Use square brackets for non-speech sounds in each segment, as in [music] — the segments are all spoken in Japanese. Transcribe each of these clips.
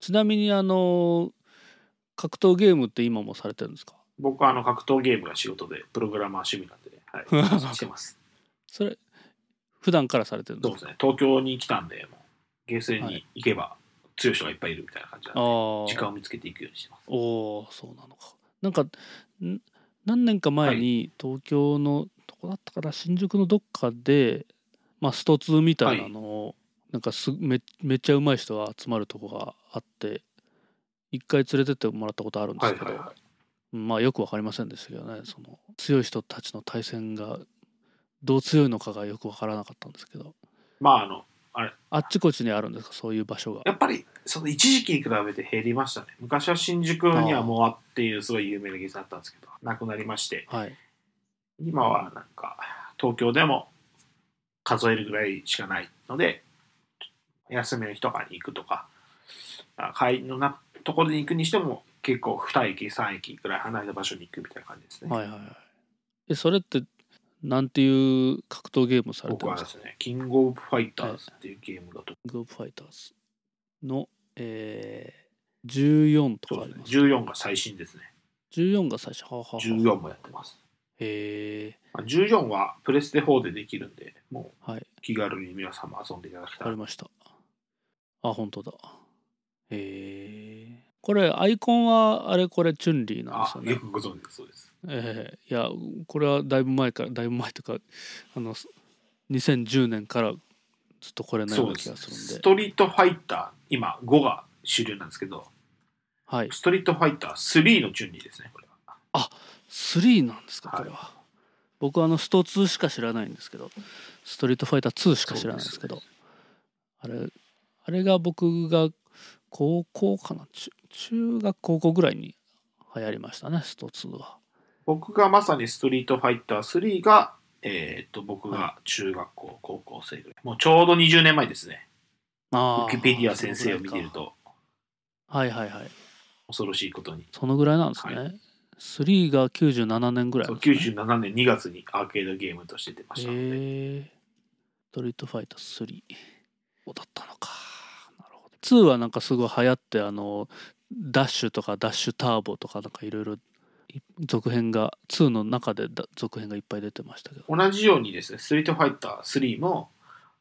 ちなみにあの格闘ゲームって今もされてるんですか僕はあの格闘ゲームが仕事で、プログラマー趣味なんで、 [laughs] はい、してます。それ普段からされてるんそでうすかですね、東京に来たんで、もう、ゲーセンはに行けば強い人がいっぱいいるみたいな感じなんで、ああ時間を見つけていくようにしてます。おおそうなのかなんかん何年か前に東京のどこだったかな新宿のどっかで、まあ、スト2みたいなのを、なんかすめめっちゃうまい人が集まるとこがあって一回連れてってもらったことあるんではいすけど、はいはい。まあよくわかりませんでしたけどねその強い人たちの対戦がどう強いのかがよくわからなかったんですけどまあ、あの、あっちこっちにあるんですかそういう場所が。やっぱり、その一時期に比べて減りましたね。昔は新宿にはもうあっていうすごい有名なゲーセンだったんですけど、なくなりまして、はい、今はなんか、東京でも数えるぐらいしかないので、休みの日とかに行くとか、あ帰りのなところに行くにしても、結構2駅、3駅ぐらい離れた場所に行くみたいな感じですね。はいはいはいえそれってなんていう格闘ゲームされて僕るんはですでかすね、キングオブファイターズっていうゲームだキと、ングオブファイターズの、えー、14とそかうあでりますねす14が最新ですね。 14が最初はあはあはあ14もやってます。へえまあ14はプレステ4でできるんで、もうはい気軽に皆さんも遊んでいただきわたかいり。ましたあ本当だへえこれアイコンはあれこれチュンリーなんですあよ、ねよくご存知です。そうです。ええいやこれはだいぶ前からだいぶ前というかあの2010年からずっとこれのようそうなで気すがするんでストリートファイター、今5が主流なんですけど、はいストリートファイター3の順にですね、これは。 3なんですかはいこれは、僕はあのスト2しか知らないんですけどストリートファイター2しか知らないんですけどあれあれが僕が高校かな中中学高校ぐらいに流行りましたねスト2は僕がまさにストリートファイター3が、えーっと、僕が中学校、高校生ぐらい。もうちょうど20年前ですね。ウあィキペディア先生を見てると、はいはいはい恐ろしいことに。そのぐらいなんですね、は3が97年ぐらいそなうんですね97年2月にアーケードゲームとして出ましたので、へえストリートファイター3そうだったのかなるほど2はなんかすごい流行ってあのダッシュとかダッシュターボとかなんかいろいろい続編が2の中でだ続編がいっぱい出てましたけど同じようにですね、ストリートファイター3も、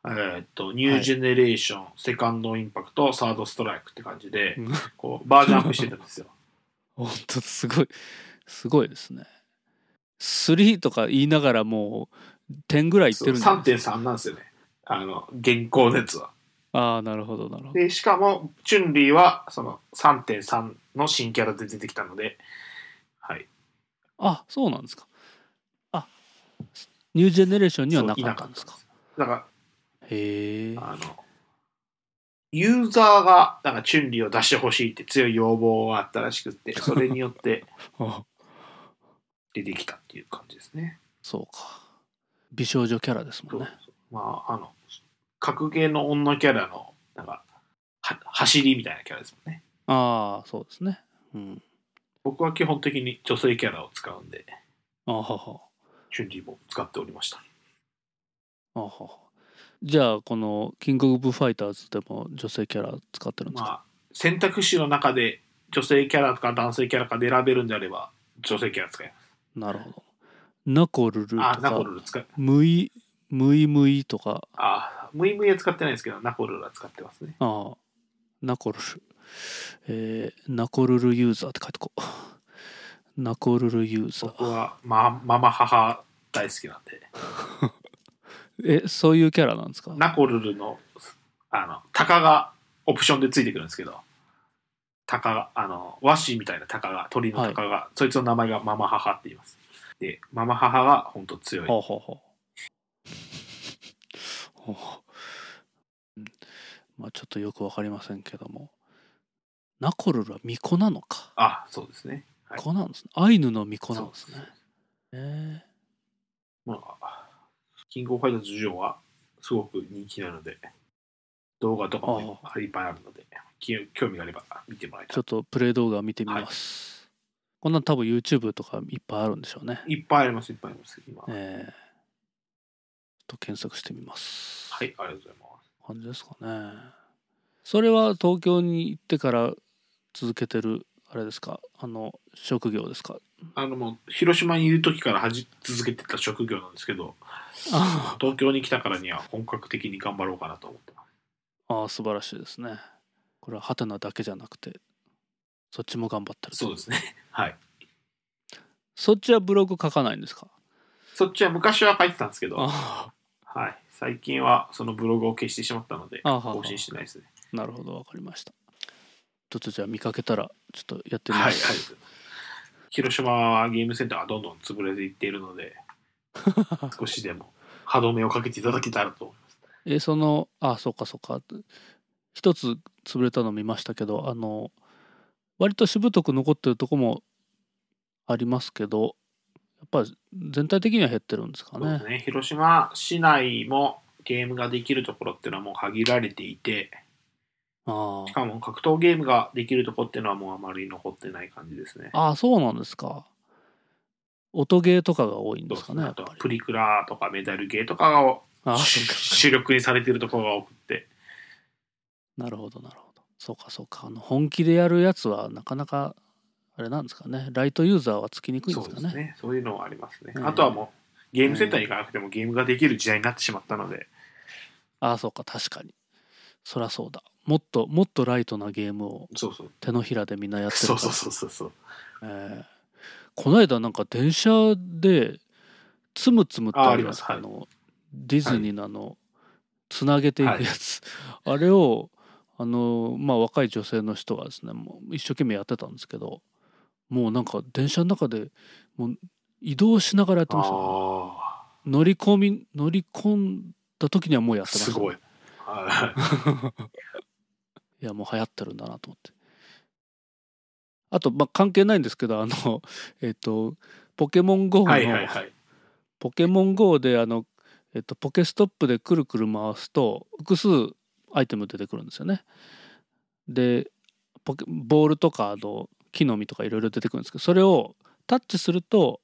えーっと、ニュージェネレーション、セカンドインパクト、サードストライクって感じで、うんこう、バージョンアップしてた [laughs] んですよ。本当だすごいすごいですね3とか言いながらもう点ぐらいいってそうるんじゃないですか3.3なんですよね。あの、現行のやつは。ああなるほどなるほどで、しかも、チュンリーは、その、3.3の新キャラで出てきたので、はい。あそうなんですかあニュージェネレーションにはなかったんですかそういなかったんですへえだから、あの、ユーザーが、なんか、チュンリーを出してほしいって強い要望があったらしくって、それによって出てきたっていう感じですね。そうか美少女キャラですもそんうねまあ、あの、格ゲーの女キャラの、なんか、は走りみたいなキャラですもんね。ああそうですねうん僕は基本的に女性キャラを使うんで、あははチュンリーも使っておりました。あははじゃあこの「キングオブファイターズ」でも女性キャラ使ってるんですか、まあ、選択肢の中で女性キャラか男性キャラかで選べるんであれば、女性キャラ使います。なるほどナコルルとあ、ナコかルル使い、ムイムイムイとかあ、ムイムイは使ってないですけど、ナコルルは使ってますね。ああナコルルえー、ナコルルユーザーって書いてこう [laughs] ナコルルユーザ僕ーは、ま、ママ母大好きなんで、えそういうキャラなんですかナコルルの、あの、タカがオプションでついてくるんですけど、タカが、あの、ワシみたいなタカが、鳥のタカが、そいつの名前がママ母って言います。で、ママ母が本当強い。ほうほうほう。ほうほううんまあちょっとよくわかりませんけども。ナコルルは巫女なのか。あ、そうですね。はい巫女なんですね。アイヌの巫女なんですねそう。えまあ、キングオブファイターズ14はすごく人気なので、動画とかもいっぱいあるので、き興味があれば見てもらいーたちょっとプレイ動画見てみます。こんなん多分 YouTube とかいっぱいあるんでしょうね。い。いっぱいあります、いっぱいあります。今。はい、えー、ちょっと検索してみます。ありがとうございます。感じですかね。それは東京に行ってから続けてるあれですかあの職業ですかあのもう広島にいる時からはじ続けてた職業なんですけどあ東京に来たからには本格的に頑張ろうかなと思ってます [laughs] あ素晴らしいですねこれはハテナだけじゃなくてそっちも頑張ってるとそうですね [laughs] はいそっちはブログ書かないんですかそっちは昔は書いてたんですけど、あはい、最近はそのブログを消してしまったのであはは更新してないですねあなるほどわかりましたちょっとじゃあ見かけたらちょっとやってみはまいはいす、 [laughs] 広島はゲームセンターがどんどん潰れていっているの [laughs] で少しでも歯止めをかけていただけたらと思いますえそのあそうかそうか一つ潰れたの見ましたけどあの割としぶとく残ってるとこもありますけどやっぱ全体的には減ってるんですかそうでねすね広島市内もゲームができるところっていうのはもう限られていてあしかも格闘ゲームができるところっていうのはもうあまり残ってない感じですねああそうなんですか音ゲーとかが多いんでそうすかですねねやあっとはぱプりリクラとかメダルゲーとかをああそうか主力にされてるところが多くてなるほどなるほどそうかそうかあの本気でやるやつはなかなかあれなんですかねライトユーザーはつきにくいんでそすうかでねすねそういうのはありますね、うんあとはもうゲームセンターに行かなくてもゲームができる時代になってしまったので、ああそうか確かにそりゃそうだもっともっとライトなゲームをそうそう手のひらでみんなやってるかそらうそうそうそうそうえーこの間なんか電車でつむつむってあああるりじゃないまですすかあのディズニーのあの、つなげていくやつ、あれをあの、まあ、若い女性の人がですねもう一生懸命やってたんですけどもうなんか電車の中でもう移動しながらやってましたね、あ乗り込み乗り込んだ時にはもうやっあてましたすね、ごいはいいやもう流行ってるんだなと思ってあと、まあ、関係ないんですけどあのえっ、と「ポケモン GO の」はいはいはいポケモン GO であの、えっと、ポケストップでくるくる回すと複数アイテム出てくるんですよね。でポケボールとかあの木の実とかいろいろ出てくるんですけどそれをタッチすると、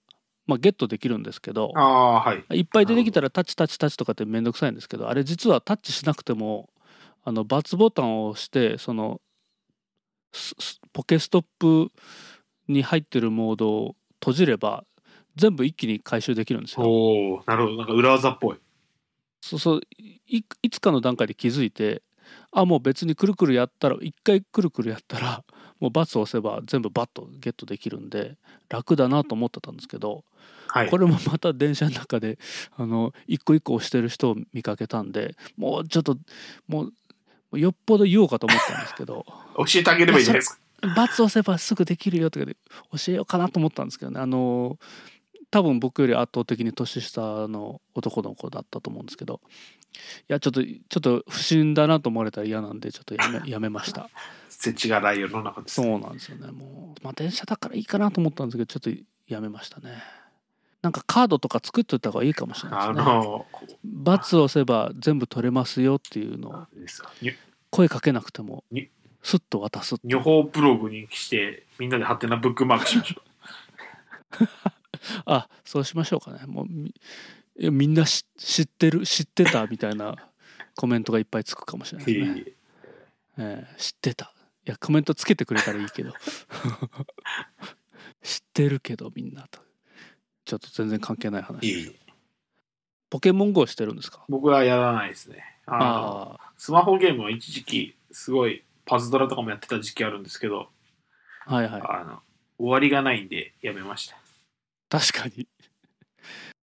まあ、ゲットできるんですけどああはいいっぱい出てきたらタッチタッチタッチとかってめんどくさいんですけどあれ実はタッチしなくてもあのバツボタンを押してそのススポケストップに入ってるモードを閉じれば全部一気に回収できるんですよ。おおなるほどなんか裏技っぽいそうそういいつかの段階で気づいてあもう別にくるくるやったら一回くるくるやったらもうバツを押せば全部バッとゲットできるんで楽だなと思ってたんですけど、はいこれもまた電車の中であの一個一個押してる人を見かけたんでもうちょっともうよっぽど言おうかと思ったんですけど教えてあげればいいじゃないですかバツ押せばすぐできるよとかで教えようかなと思ったんですけどねあの多分僕より圧倒的に年下の男の子だったと思うんですけどいやちょっとちょっと不審だなと思われたら嫌なんでちょっとや [laughs] めやめました世知がない世の中ですそねうなんですよねもう、まあ、電車だからいいかなと思ったんですけどちょっとやめましたねなんかカードとか作っといた方がいいかもしれないであすねのこバツ押せば全部取れますよっていうのをうですよに声かけなくてもにスッと渡す女方ブログにしてみんなでハテナブックマークしましょうあそうしましょうかねもうみいやみんなし知ってる知ってたみたいなコメントがいっぱいつくかもしれないですね、いえいえええ知ってたいやコメントつけてくれたらいいけど [laughs] 知ってるけどみんなとちょっと全然関係ない話いえいえポケモン GO してるんですか僕はやらないですねあのあスマホゲームは一時期すごいパズドラとかもやってた時期あるんですけど、あはいはいあの終わりがないんでやめました確かに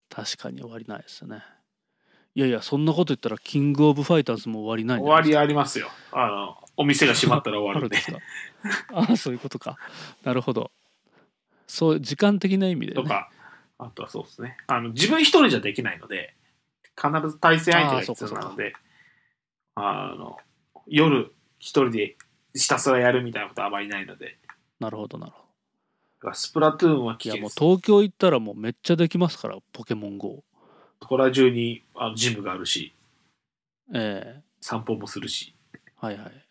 確かに終わりないですよねいやいやそんなこと言ったらキングオブファイターズも終わりないん終じゃなわいですりかありますよあのお店が閉まったら終わある [laughs] るんんでですかあそういうことかなるほどそう時間的な意味で、とね、かあとはそうですねあの自分一人じゃできないので必ず対戦相手が必要なのであの夜一人でひたすらやるみたいなことはあまりないのでなるほどなるほどだからスプラトゥーンはい危や険もうです東京行ったらもうめっちゃできますからポケモン GO そこら中にあのジムがあるしえ散歩もするしえはいはい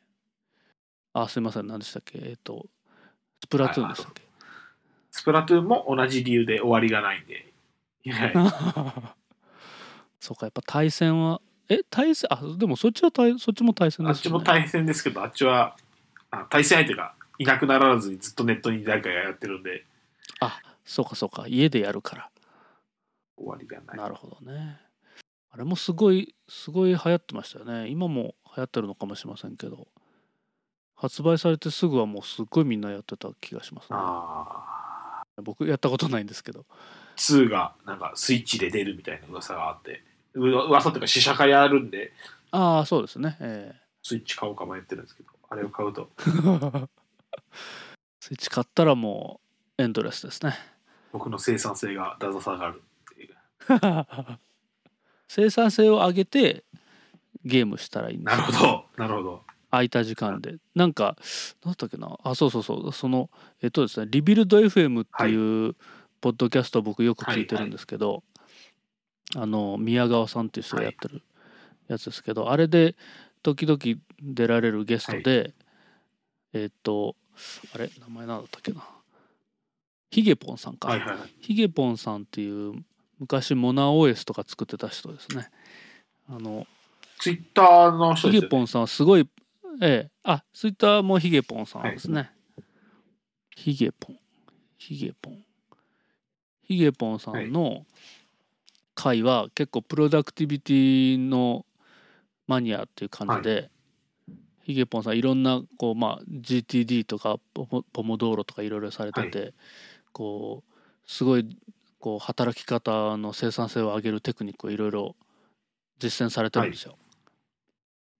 あすいません何でしたっけえっ、とスプラトゥーンでしたっけ、スプラトゥーンも同じ理 [laughs] 由で終わりがないんで、はいそうかやっぱ対戦はえ対戦あでもそっちは対そっちも対戦あでっすちよねも対戦ですけど、あっちは、あ対戦相手がいなくならずにずっとネットに誰かがやってるんで、あそうかそうか家でやるから終わりがない。なるほどね。あれもすごい、すごい流行ってましたよね。今も流行ってるのかもしれませんけど、発売されてすぐはもうすっごいみんなやってた気がしますね。あ僕やったことないんですけど。あ、2がなんかスイッチで出るみたいな噂があって、う噂というか試写会あるんで、ああ、そうですね。え [laughs] スイッチ買おうか迷ってるんですけど、あれを買うと、えスイッチ買ったらもうエンドレスですね。僕の生産性がだだ下がるっていう。生産性を上げてゲームしたらいいんでなすよるほど、なるほど。空いた時間でなんか何だったっけなあそうそうそうそのえっとですねリビルド FM っていうポッドキャストを僕よく聞いてるんですけど、あの宮川さんっていう人がやってるやつですけど、あれで時々出られるゲストで、えっとあれ名前なんだったっけなヒゲポンさんか、はいはいはい。ヒゲポンさんっていう昔モナ OS とか作ってた人ですねあのツイッターの人ヒゲですよ、ね。ポンさんはすごい、ええ、あ、ツイッターもヒゲポンさんですね。ヒゲポン、ヒゲポン。ヒゲポンさんの回は結構プロダクティビティのマニアっていう感じで、ヒゲポンさんいろんなこう、まあ、GTD とかポモポモドーロとかいろいろされてて、こうすごいこう働き方の生産性を上げるテクニックをいろいろ実践されてるんですよ。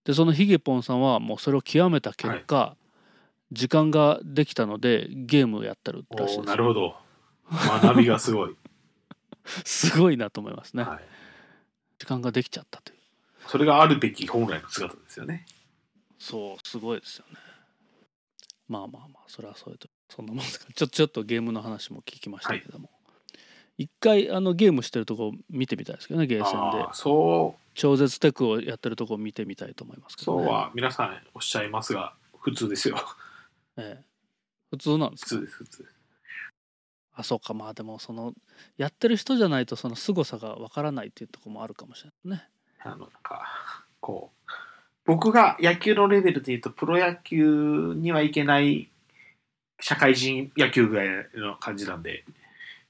でそのヒゲポンさんはもうそれを極めた結果、時間ができたのでゲームをやってるおらしいーでなするほど。学びがすごい。すごいなと思います [laughs] ね、はい、時間ができちゃったというそれがあるべき本来の姿ですよね。そうすごいですよねまあまあまあそれはそれとそんなもんですかちょちょっとゲームの話も聞きましたけども、一回あのゲームしてるとこ見てみたいですけどねゲーセンでああ、そう超絶テクをやってるとこ見てみたいと思いますけど、そね、うは皆さんおっしゃいますが、普通ですよ。 [laughs] ええ普通なんです普か通です、普通です。あそうかまあでもそのやってる人じゃないとその凄さがわからないっていうとこもあるかもしれないねあの、なんか、こう、僕が野球のレベルで言うと、プロ野球にはいけない社会人野球ぐらいの感じなんで、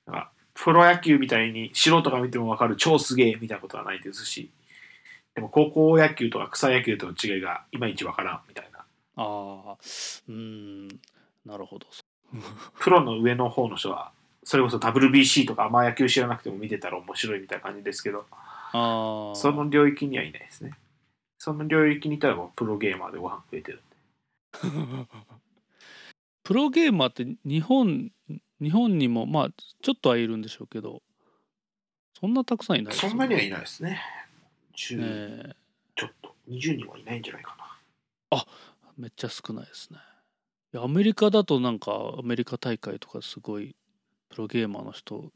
なんかプロ野球みたいに素人が見ても分かる超すげえみたいなことはないですし、でも高校野球とか草野球との違いがいまいち分からんみたいな。ああうーんなるほどプロの上の方の人は、それこそ WBC とかあんま野球知らなくても見てたら面白いみたいな感じですけど、ああその領域にはいないですね。その領域にいたらもうプロゲーマーでご飯食えてる。プロゲーマーって日本日本にもまあちょっとはいるんでしょうけどそんなたくさんいないですそよねんなにはいないですね。10ええちょっと、20人はいないんじゃないかな。めっちゃ少ないですねいやアメリカだとなんかアメリカ大会とかすごいプロゲーマーの人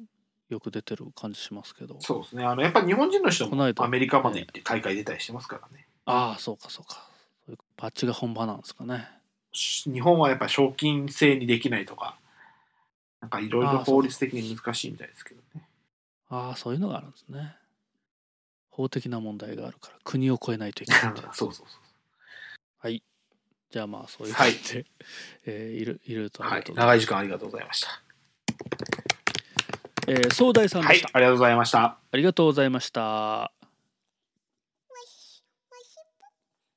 よく出てる感じしますけどそうですね。あの、やっぱ日本人の人こもの間アメリカまで行って大会出たりしてますからね。ああそうかそうかそういうバッチが本場なんですかねし日本はやっぱ賞金制にできないとか、なんかいろいろ法律的に難しいみたいですけどね。ああそういうのがあるんですね法的な問題があるから国を越えないといけないみ [laughs] たいなそうそうそう。じゃあまあそういうは感いじで、えーいるいるとありはがいと。うございます長い時間ありがとうございました。えー、総大さんはでいした、。ありがとうございました。ありがとうございました。